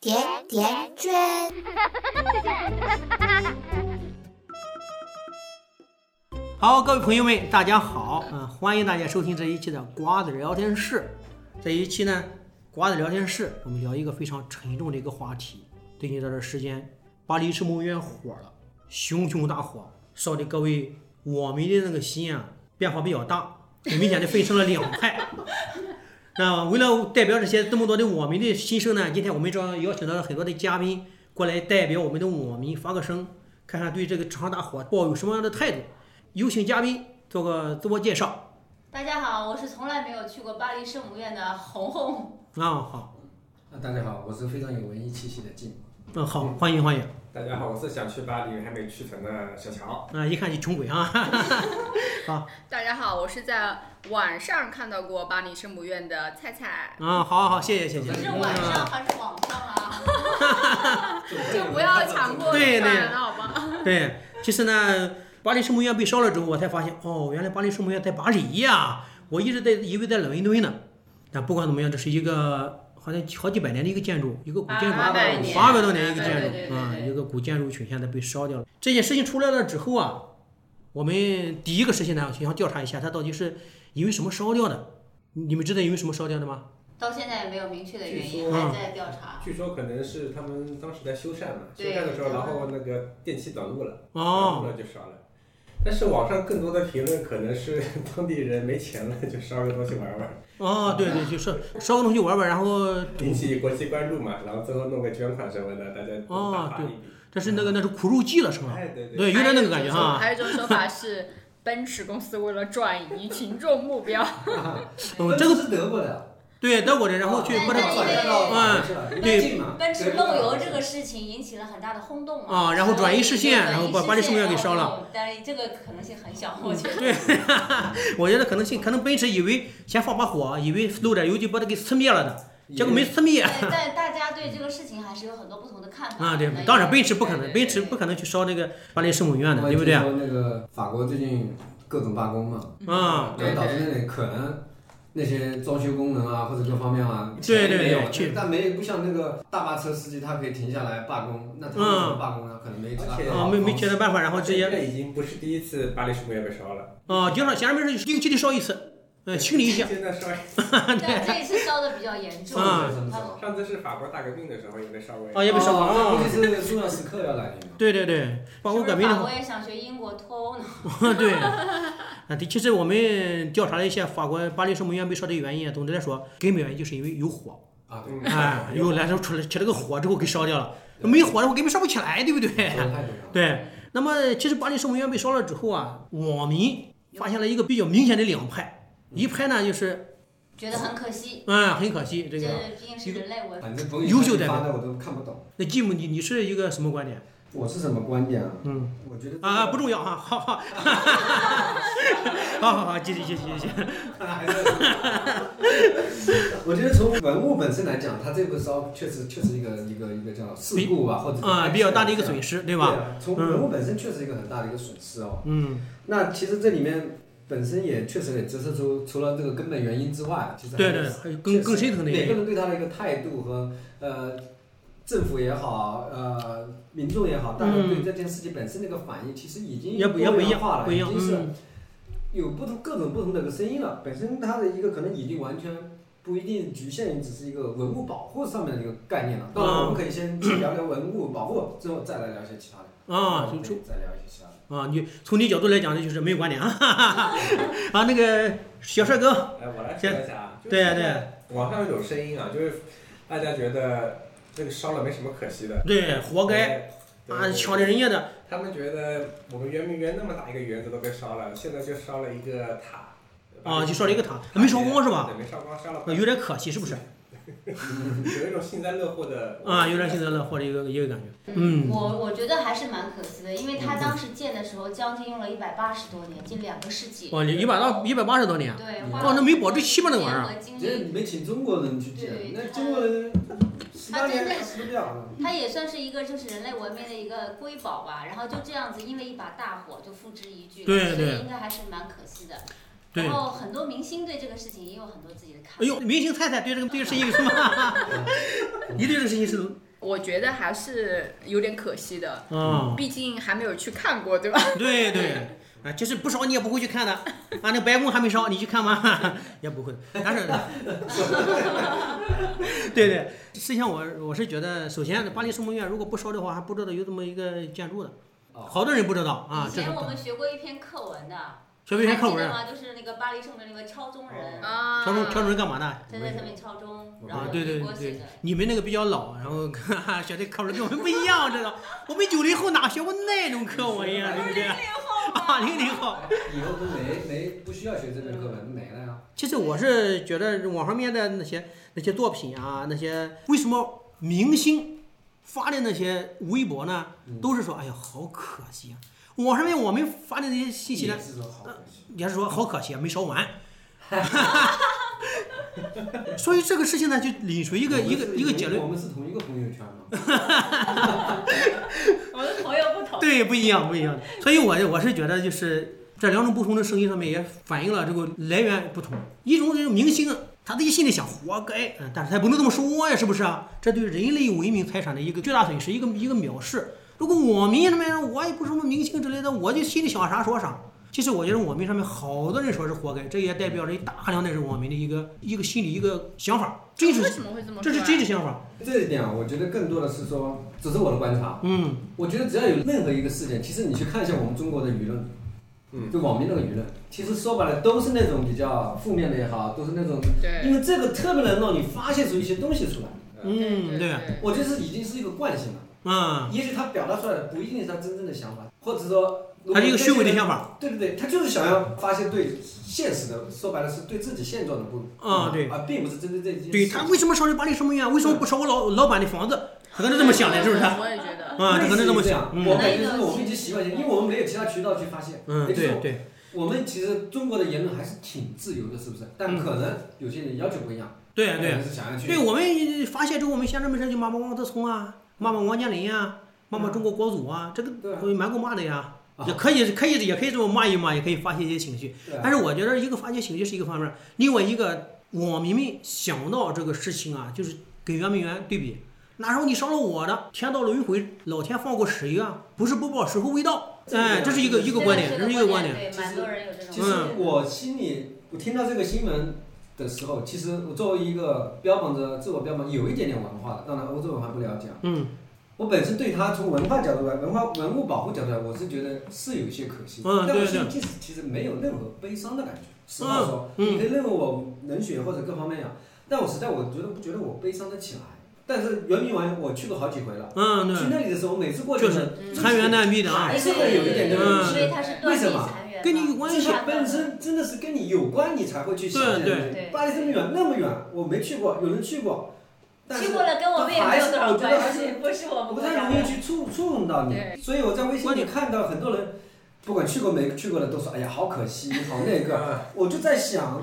甜甜圈。好，各位朋友们，大家好，嗯，欢迎大家收听这一期的瓜子聊天室。这一期呢，瓜子聊天室，我们聊一个非常沉重的一个话题。最近这段时间，巴黎圣母院火了，熊熊大火，烧的各位我们的那个心啊，变化比较大，很明显的分成了两派。那为了代表这些这么多的我们的心声呢，今天我们这邀请到了很多的嘉宾过来代表我们的我们发个声，看看对这个场大火抱有什么样的态度。有请嘉宾做个自我介绍。大家好，我是从来没有去过巴黎圣母院的红红。啊，好，啊，大家好，我是非常有文艺气息的静。嗯，好，欢迎欢迎。大家好，我是想去巴黎还没去成的小乔。啊，一看就穷鬼啊。大家好，我是在晚上看到过巴黎圣母院的菜菜，啊，好好好，谢谢谢谢。是晚上还是网上啊？就不要强迫对对人了，好吧？对，其实呢，巴黎圣母院被烧了之后，我才发现，哦，原来巴黎圣母院在巴黎呀、我一直在以为在伦敦呢。但不管怎么样，这是一个好像好几百年的一个建筑，一个古建筑，八百年八百多年一个对建对筑对啊、对一个古建筑群现在被烧掉了。这件事情出来了之后啊，我们第一个事情呢，想要调查一下，它到底是因为什么烧掉的？你们知道因为什么烧掉的吗？到现在也没有明确的原据因，说还在调查。据说可能是他们当时在修缮嘛，修对缮的时候，对然后那个电器短路了，短哦路，了就烧了。但是网上更多的评论可能是当地人没钱了，就烧个东西玩玩，哦，对对，就是烧个东西玩玩，然后引起国际关注嘛，然后最后弄个捐款什么的，大家都哦大发一笔。这是那个那是苦肉计了，是吗？哎，对对，有点那个感觉哈。还有一种说法是，奔驰公司为了转移群众目标，嗯，这个是德国的，对德国人，然后去哦不把这那能你早看到法是吧？因为近嘛，奔驰漏油这个事情引起了很大的轰动嘛。嗯啊，然后转移视线，对然后把巴黎圣母院给烧了。。但是这个可能性很小，我觉得。对，我觉得可能性可能奔驰以为先放把火，以为漏点油就把它给呲灭了的，结果没呲 灭。对 但大家对这个事情还是有很多不同的看法。嗯啊，对那，哎也当然奔驰不可对能，对奔驰不可能去烧那个巴黎圣母院的，对不对？我也听说那个法国最近各种罢工嘛，啊，然 对后导致对那里可能那些装修功能啊或者各方面啊，对对对没有去，但没不像那个大巴车司机他可以停下来罢工，那他为什么哎罢工呢？可能没其他而且更啊，好的没没方解决办法，然后直接这已经不是第一次巴黎圣母院被烧了，啊，经常闲着没事定期的烧一次，嗯，清理一下。现在烧，但这一次烧的比较严重。啊式他啊上次是法国大革命的时候也被烧过一次。啊，也被烧哦了那啊。估计是重要时刻要来临嘛。对对对，包括是革不命是的法话国，也想学英国脱欧呢？ 对，啊，的其实我们调查了一下法国巴黎圣母院被烧的原因啊，总的来说，根本原因就是因为 有火。啊，嗯哎，又燃烧出来起了个火之后给烧掉了，没火的话根本烧不起来，对不对？说得太对了。 对。那么其实巴黎圣母院被烧了之后啊，网民发现了一个比较明显的两派，一派呢就是，觉得很可惜，嗯，很可惜这这个。毕竟是人类文反正朋友优秀圈代表发的我都看不懂。那继母，你你是一个什么观点？我是什么观点啊？嗯，我觉得啊，不重要啊，好好，好好好，继续继续继续。看来还是。 我觉得从文物本身来讲，它这个烧确实确实一个一个一个叫事故吧，或者啊，比较大的一个损失，失，对对吧？啊从文物本身确实一个很大的一个损失哦。嗯，那其实这里面本身也确实也折射出除了这个根本原因之外，其实还嗯对有对，还有更更深层的每原个因。人对他的一个态度和呃，政府也好，呃，民众也好，大家对这件事情本身的一个反应，其实已经也嗯不也不一样多元化了，不一样嗯已经是有不同各种不同的一个声音了。本身它的一个可能已经完全不一定局限于只是一个文物保护上面的一个概念了。当然，我们可以先 去聊聊文物保护，之后再来聊一些其他的。啊，我就们可以再聊一些其他的。啊，你从你角度来讲，这就是没有观点啊， 哈哈哈啊，那个小帅哥，哎，我来说一下啊。对呀呀对呀呀。网上有种声音啊，就是大家觉得这个烧了没什么可惜的，对，活该哎。对啊，对抢着人家的，他们觉得我们圆明园那么大一个园子都被烧了，现在就烧了一个塔。啊，嗯就烧了一个塔，没烧光是吧？对，没烧光，烧了啊有点可惜，是不是？有一种幸灾乐祸的啊，有点幸灾乐祸的一个一个感觉。嗯我我觉得还是蛮可惜的，因为他当时建的时候，将近用了一百八十多年，近两个世纪。哇，一百到一百八十多年，对，嗯花哇，那了没保质期吗？那时玩意儿？间啊和精其实力。你没请中国人去对建，那他中国人十八年他真的死都不了。它也算是一个就是人类文明的一个瑰宝吧，然后就这样子，因为一把大火就付之一炬，对所对以应该还是蛮可惜的。对哎然。后很多明星对这个事情也有很多自己的看 法。哎呦，明星太太对这个对这个事情有什么？你对这个事情是我觉得还是有点可惜的，嗯，毕竟还没有去看过，对吧？对对，啊，就是不烧你也不会去看的，啊，那白宫还没烧，你去看吗？ 也不会，但是， 对对，事情我我是觉得，首先巴黎圣母院如果不烧的话，还不知道有这么一个建筑的，哦好多人不知道啊，以这是前我们学过一篇课文的，学文学课还记文得啊，吗？就是那个巴黎圣母的那个敲钟人，哎啊，乔种乔种人干嘛的？他在上面敲钟，然后啊，对美对国写对的。，你们那个比较老，然后 学的课文跟我们不一样，知道？ 我们九零后哪学过那种课 文呀，对不对？啊，零零后。以后都没没不需要学这本课文，没了呀。其实我是觉得网上面的那些那些作品啊，那些为什么明星发的那些微博呢，嗯都是说哎呀好可惜啊！网上面我们发的那些信息呢也，是说好东西。也是说好可惜啊，没烧 完。 所以这个事情呢，就理出一个一个一个结论，我们是同一个朋友圈吗？我们的朋友不同。 对，不一样，不一样。所以我我是觉得，就是这两种不同的声音上面也反映了这个来源不同。一种就是明星，啊他自己心里想活该，嗯，但是他也不能这么说呀，是不是啊？这对人类文明财产的一个巨大损失，一个一个藐视。如果我们上面我也不是什么明星之类的，我就心里想啥说啥。其实我觉得我们上面好多人说是活该，这也代表着大量的是我们的一个一个心理一个想法，真为实，什么会这么这说？是真实想法。这一点啊，我觉得更多的是说，只是我的观察。嗯，我觉得只要有任何一个事件，其实你去看一下我们中国的舆论，嗯就网民那个舆论，其实说白了都是那种比较负面的也好，都是那种，因对，为这个特别能让你发泄出一些东西出来。嗯，对对，我觉得是已经是一个惯性了。嗯，也许他表达出来的不一定是他真正的想法，或者说，他是一个虚伪的想法。对对对，他就是想要发泄对现实的，说白了是对自己现状的不啊对啊，并不是针对这一件事。对他为什么烧这巴黎圣母院？为什么不烧我老老板的房子？他可能这么想的，是不是？啊，我也觉得，他可能这么类似于这想样。嗯我感觉就是我们已经习惯性，因为我们没有其他渠道去发泄。嗯，也就是对对，我们其实中国的言论还是挺自由的，是不是？但可能有些人要求不一样，嗯对可对能是想要去对，我们发泄之后，我们闲着没事就骂骂王思聪啊，骂骂王健林啊，骂骂中国国祖啊，这个对啊我蛮够骂的呀。啊也可以，可以，也可以这么骂一骂，也可以发泄一些情绪。对啊但是我觉得一个发泄情绪是一个方面儿，另外一个我明明想到这个事情啊，就是跟圆明园对比，哪时候你伤了我的，天道轮回，老天放过谁呀、不是不报，时候未到。哎，这是一个一个观点，这这是一个观点。对，蛮多人有这种其观实嗯点。我心里，我听到这个新闻的时候，其实我作为一个标榜着自我标榜有一点点文化的，当然欧洲文化不了解啊。嗯我本身对它从文化角度来，文化文物保护角度来，我是觉得是有一些可惜。嗯但对我对嗯心里其实其实没有任何悲伤的感觉。实话说，你可以认为我冷血或者各方面呀，但我实在我觉得不觉得我悲伤得起来。但是圆明园我去过好几回了，嗯，去对，那里的时候，每次过去确呢，嗯残垣断壁的啊还，是会有一点这个嗯东西因为它是断壁残垣嘛，跟你有关这系些本身真的是跟你有关，你才会去想这对些东西对巴黎这么远，那么远，我没去过，有人去过，但是去过了，跟我们也没有多少关系，不是我们不国太家容易的。去触触动到对你。所以我在微信里看到很多人，不管去过没去过的，都说哎呀好可惜，好那个。我就在想，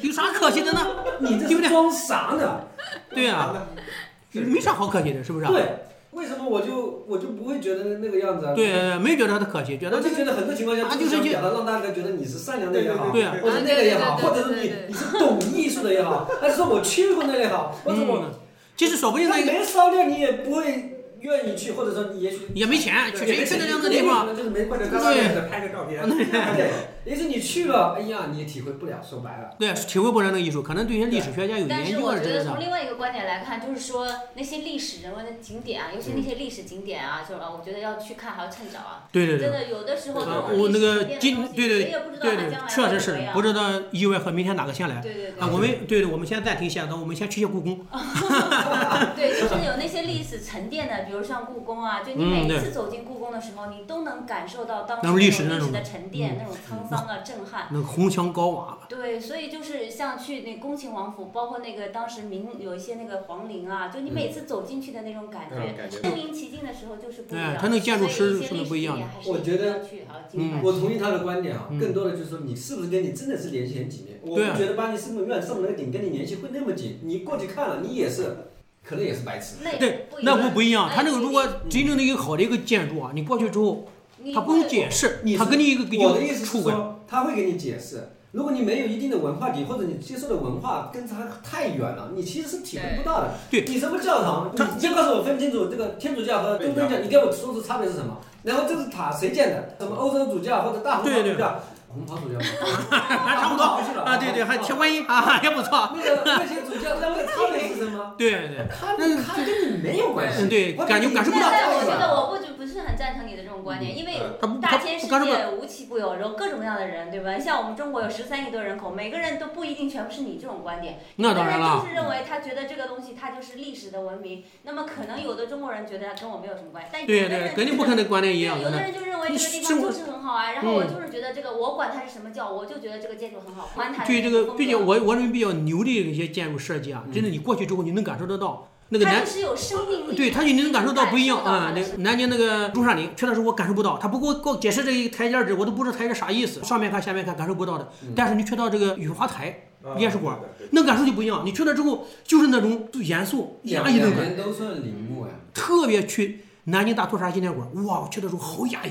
有啥可惜的呢？你这对不是对装啥呢？对啊啊呀，没啥好可惜的，是不是啊？对，为什么我就我就不会觉得那个样子啊？对，对，没觉得他可惜，觉我得就觉得很多情况下他就就是是想去表达让大家觉得你是善良的也好，对啊啊或者那个也好，啊或对对对者是你对对你是懂艺术的也好，还是说我去过那里好，或者我嗯，其实说不定那那个没烧掉你也不会愿意去，或者说你也许也没钱，去谁去那样的地可方？能就是没或关者系。刚刚那个拍个照片，对，也许你去了，哎呀，你也体会不了，说白了。对，体会不了那个艺术，可能对一些历史学家有但研是究我啊觉之得类从的。另外一个观点来看，就是说那些历史人文的景点啊，尤嗯其那些历史景点啊，就是啊，我觉得要去看，还要趁早啊。对对真对，的，有的时候啊，这种我那个历史今沉淀对对的东西谁也不知道对它对将，来确会实怎么是样不知道意外和明天哪个先来。对啊对对啊，我们对对，我们先暂停一下，等我们先去一下故宫。对，就是有那些历史沉淀的，比如像故宫啊，就你嗯每一对次走进故宫的时候，你都能感受到当时那种历史那那种种嗯的沉淀，那种沧桑啊、震撼。那个红墙高瓦，对，所以就是像去那恭亲王府，包括那个当时明有一些那个皇陵啊，就你嗯每次走进去的那种感嗯觉，感觉身临其境的时候就是不一哎样。它那个建筑所以师一些说的历不史一样景点还是我一觉定得要去，好嗯尽快去。我同意他的观点啊，嗯更多的就是说，你是不是跟你真的是联系很紧密？我不对啊觉得巴黎圣母院上面那个顶跟你联系会那么紧，你过去看了，你也是，可能也是白痴。那对不，一那样哎不不一样。那它那不个一如果定真正的一个好的一个建筑啊，你过去之后，你它不会用解释你，它是跟你一个一我的个意思是出轨。说，他会给你解释。如果你没有一定的文化底，或者你接受的文化跟它太远了，你其实是体会不到的。对你什么教堂？它你先告诉我分清楚这个天主教和东正教，你给我说出差别是什么？然后这是塔谁建的？什么欧洲主教或者大红袍对对主教？红袍主教吗？ 差不多跑回去了啊，对对，还铁观音啊， 也不错。那个那些主教他们的差别是什么？对对，他们他跟你没有关系嗯，对我感觉感受不到但但我觉得我不不是很赞成你的这种观嗯点，因嗯为他不大他千世不干什么？界无奇不有，然后各种各样的人，对吧？像我们中国有十三亿多人口，每个人都不一定全部是你这种观点。那当然有的人了就，是认为他觉得这个东西它就是历史的文明，那么可能有的中国人觉得跟我没有什么关系，但有对的对，人肯定不可可能观点一样有的的。人就认为这个地生方活就是很好啊，然后我嗯就是觉得这个，我管它是什么教，我就觉得这个建筑很好，管它对是这什么个，风毕格竟我我认为比较牛的一些建筑设计啊，真的你过去之后你能感受得到那个嗯它南呃就是有生命力的，对，他就能感受到不一样感受到它啊。的那生命力南京那个中山陵，确实是我感受不到，他不给我给我解释这一台阶儿，我都不知道台阶啥意思，上面看下面看感受不到的。嗯但是你去到这个雨花台，也夜是市馆那感受就不一样。你去了之后，就是那种严肃压抑的感觉，都算陵墓呀。特别去南京大屠杀纪念馆，哇，我去的时候好压抑。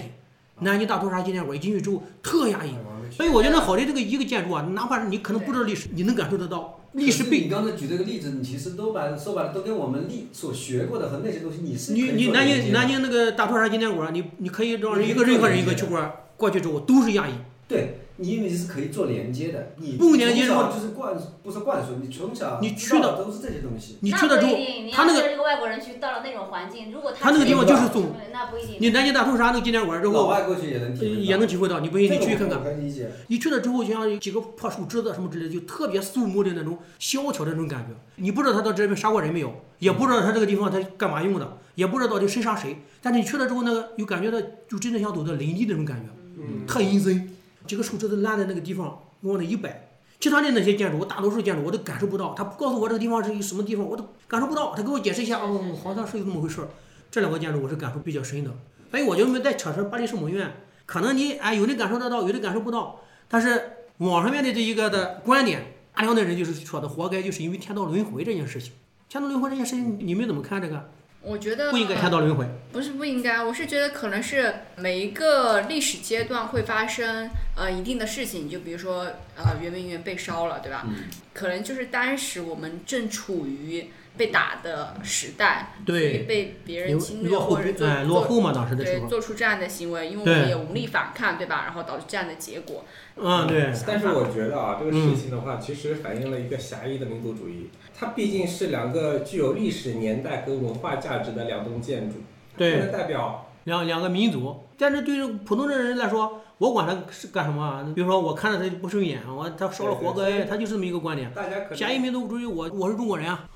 南京大屠杀纪念馆一进去之后特压抑，所以我觉得好的这个一个建筑啊，哪怕是你可能不知道历史，你能感受得到历史可背是你刚才举这个例子，你其实都把说白了，都跟我们历所学过的和那些东西，你是你可以你做南连接京的南京那个大屠杀纪念馆，你你可以让人你一可个以任何做人一理个解去馆过去之后都是压抑，对你你是可以做连接的，你不连接从小就是灌不是灌输，你从小你知道去的都是这些东西。你那去了不之一后，定你他要那个是一个外国人去到了那种环境，如果他那个地方就是总总，那不一定。你南京大屠杀那个纪念馆之老后，外过去也能呃体会到，也能体会到。你不信你这个去看我看，可以理解。你去了之后，就像几个破树枝子什么之类的，就特别肃穆的那种萧条的那种感觉。你不知道他到这边杀过人没有，也不知道他这个地方他干嘛用的，也不知道到底谁杀谁。但是你去了之后，那个又感觉到就真的像走到林地那种感觉。嗯，特阴森。几个树枝子烂在那个地方，往那一摆。其他的那些建筑，我大多数建筑我都感受不到。他不告诉我这个地方是一什么地方，我都感受不到。他给我解释一下，是是哦，好像是有这么回事儿。这两个建筑我是感受比较深的，所以我觉得我们在扯扯巴黎圣母院，可能你哎有的感受得到，有的感受不到。但是网上面的这一个的观点，大量的人就是说的活该，就是因为天道轮回这件事情。天道轮回这件事情，你们怎么看？这个我觉得不应该天道轮回。不是不应该，我是觉得可能是每一个历史阶段会发生呃一定的事情，就比如说呃圆明园被烧了，对吧？嗯可能就是当时我们正处于被打的时代，所以对，被别人有侵略落后或者做哎做落后嘛，当时的时对候，做出这样的行为，因为我们对也无力反抗，对吧？然后导致这样的结果。嗯对。但是我觉得啊，这个事情的话，其实反映了一个狭义的民族主义。它毕竟是两个具有历史年代和文化价值的两栋建筑，对不能代表两两个民族，但是对于普通的人来说，我管他是干什么啊？比如说我看着他就不顺眼，我他烧了活对对该，他就是这么一个观点。大家可能狭义民族主义，我我是中国人啊，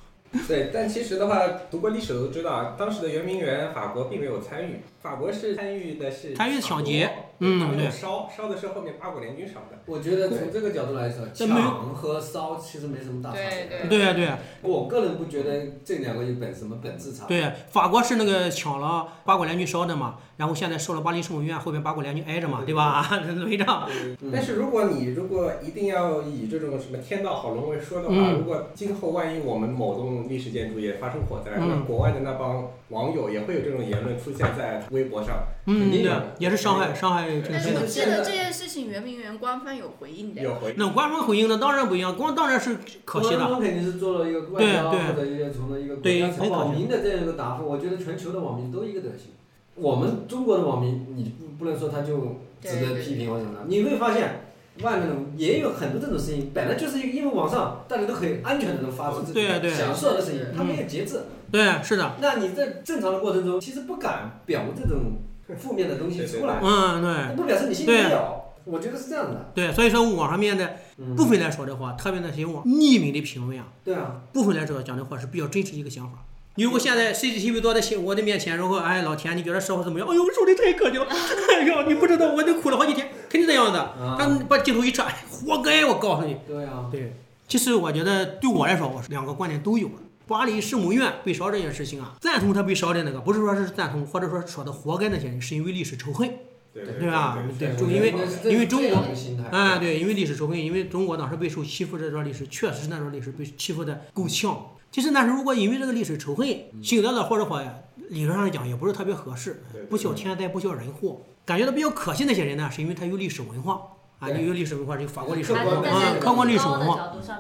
对，但其实的话，读过历史的都知道，当时的圆明园法国并没有参与，法国是参与的是参与抢劫法国，嗯法国没有对烧烧的是后面八国联军烧的，我觉得从这个角度来说，这没有抢和烧其实没什么大差别。对对啊对啊我个人不觉得这两个有本什么本质差别。对啊，法国是那个抢了八国联军烧的嘛，然后现在烧了巴黎圣母院，后面八国联军挨着嘛，对吧？ 违章，嗯但是如果你如果一定要以这种什么天道好轮回说的话，嗯如果今后万一我们某栋历史建筑也发生火灾，嗯那国外的那帮网友也会有这种言论出现在微博上，嗯，肯定对的啊，也是伤害伤害这个但但是是真我的。我记记得得这这件事情圆明园官方有回应的，有回那官方回应的当然不一样，光当然是可惜官呃了。方肯定是做了一个外对交对或者一个从的一个国对家很可惜网民的这样一个答复，我觉得全球的网民都一个德行。我们中国的网民，你不不能说他就值得批评或者什么，你会发现。外面的也有很多这种声音，本来就是一个，因为网上大家都很安全的能发出自己对对想说的声音嗯，他没有节制。对，是的，那你在正常的过程中，其实不敢表这种负面的东西出来，嗯，对那不表示你心里没有。我觉得是这样的。对，所以说网上面的嗯部，分来说的话，特别那些网匿名的评论啊，对啊，部分来说讲的话是比较真实的一个想法。你如果现在 CCTV 坐在心我的面前，然后哎老田，你觉得生活怎么样？哎呦，我手里太干净了， 哎呦，你不知道，我都哭了好几天，肯定这样的。啊他把镜头一转，活该，我告诉你。对啊，对，其实我觉得对我来说，我是两个观点都有。巴黎圣母院被烧这件事情啊，赞同他被烧的那个，不是说是赞同，或者说说的活该那些人，是因为历史仇恨。对对吧对我觉得因为应该是这因为中这国样一个心态，哎，对，因为历史仇恨，因为中国当时被受欺负这段历史，确实是那段历史被欺负的够呛。其实，但是如果因为这个历史仇恨幸灾乐祸的话呀，理论上来讲也不是特别合适对对。嗯不消天灾，不消人祸，感觉到比较可惜那些人呢，是因为他有历史文化，啊，因为历史文化是有法国历史文但客化观的啊但是，客观历史文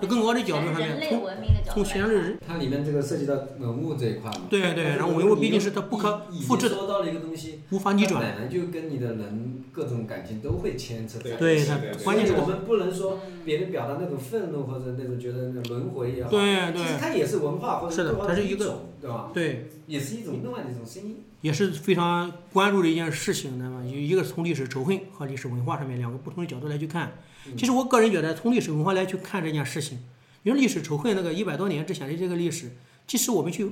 更高化，的角度上就更高的角度面，上还是面，人类从文明的角从度来全看，人它里面这个涉及到文物这一块嘛。对对，然后文物毕竟是它不可已经复制的，说到了一个东西，无法逆它转。本来就跟你的人各种感情都会牵扯在一起。对它所以关键是我们不能说嗯别人表达那种愤怒或者那种觉得那种轮回也好，对其实对它也是文化或者是的文化它是一一个种，对吧？对，也是一种另外的一种声音。也是非常关注的一件事情，那么一个是从历史仇恨和历史文化上面两个不同的角度来去看。嗯其实我个人觉得，从历史文化来去看这件事情，因为历史仇恨那个一百多年之前的这个历史，其实我们去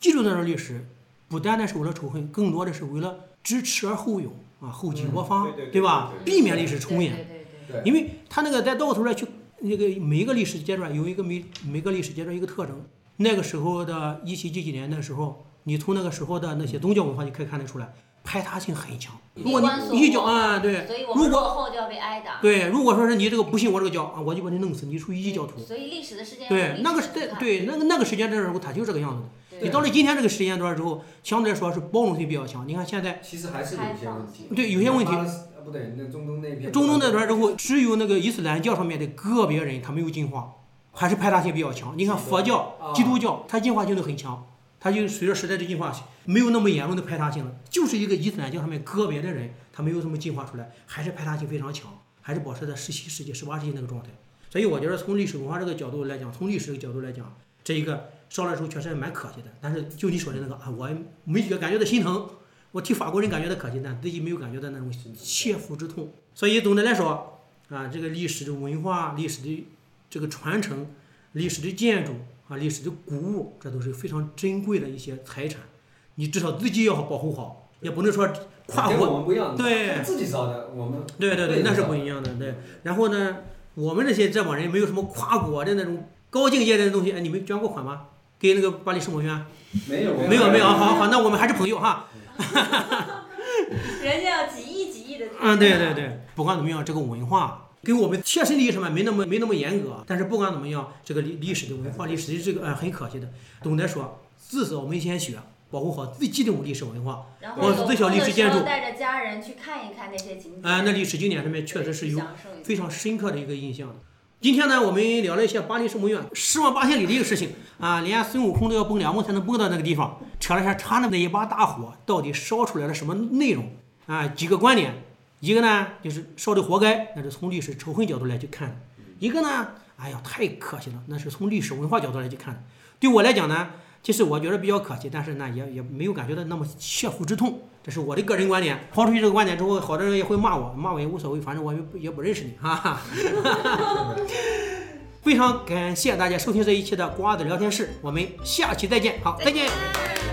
记住那段历史，不单单是为了仇恨，更多的是为了知耻而后勇啊，后己我方，嗯对对对吧？对避免历史重演。对对对对因为他那个在到头来去那个每一个历史阶段有一个每每个历史阶段一个特征，那个时候的一七几几年的时候，你从那个时候的那些宗教文化就可以看得出来，排他性很强。如果一关你锁一脚啊，对所以我如们果落后就要被挨打。对，如果说是你这个不信我这个教啊，我就把你弄死，你属于异教徒。所以历史的事件要对从，历那个史时去代，看对那个那个时间段的时候，他就是这个样子的。对你到了今天这个时间段之后，相对来说是包容性比较强。你看现在其实还是有一些问题。对有些问题巴勒斯。呃不对，那中东那片。中东那段之后，只有那个伊斯兰教上面的个别人他没有进化，还是排他性比较强。你看佛教、啊基督教，它进化性都很强，它就随着时代的进化，没有那么严重的排他性了。就是一个伊斯兰教上面个别的人，他没有什么进化出来，还是排他性非常强，还是保持在十七世纪、十八世纪那个状态。所以我觉得从历史文化这个角度来讲，从历史的角度来讲，这一个烧的时候确实蛮可惜的。但是就你说的那个啊，我没觉感觉到心疼，我替法国人感觉到可惜，但自己没有感觉到那种切肤之痛。所以总的来说，啊，这个历史的文化、历史的这个传承、历史的建筑啊、历史的古物，这都是非常珍贵的一些财产。你至少自己要保护好，也不能说跨跟国。我们不一样，对自己烧的，我们对对对，对那是不一样的。对，然后呢，我们这些这帮人没有什么跨国的那种高境界的东西。哎，你们捐过款吗？给那个巴黎圣母院？没有没有没有，啊好好好，那我们还是朋友哈。人家要几亿几亿的。嗯，对对。对，不管怎么样，这个文化跟我们切身利益上面没那么没那么严格，但是不管怎么样，这个历历史的文化、历史的这个呃很可惜的。总的说，至少我们先学，保护好自己的历史文化。然我后有最小空历的史时建候筑带着家人去看一看那些景点。啊、那历史经典上面确实是有享受一下非常深刻的一个印象的。今天呢，我们聊了一下巴黎圣母院十万八千里的一个事情啊，连孙悟空都要蹦两蹦才能蹦到那个地方，扯了一下他那一把大火到底烧出来了什么内容啊？几个观点，一个呢就是烧的活该，那是从历史仇恨角度来去看的；一个呢，哎呀太可惜了，那是从历史文化角度来去看的。对我来讲呢，其实我觉得比较可惜，但是呢也也没有感觉到那么切肤之痛，这是我的个人观点。抛出去这个观点之后，好多人也会骂我，骂我也无所谓，反正我也不也不认识你，哈哈。 非常感谢大家收听这一期的瓜子聊天室，我们下期再见。好，再见。见。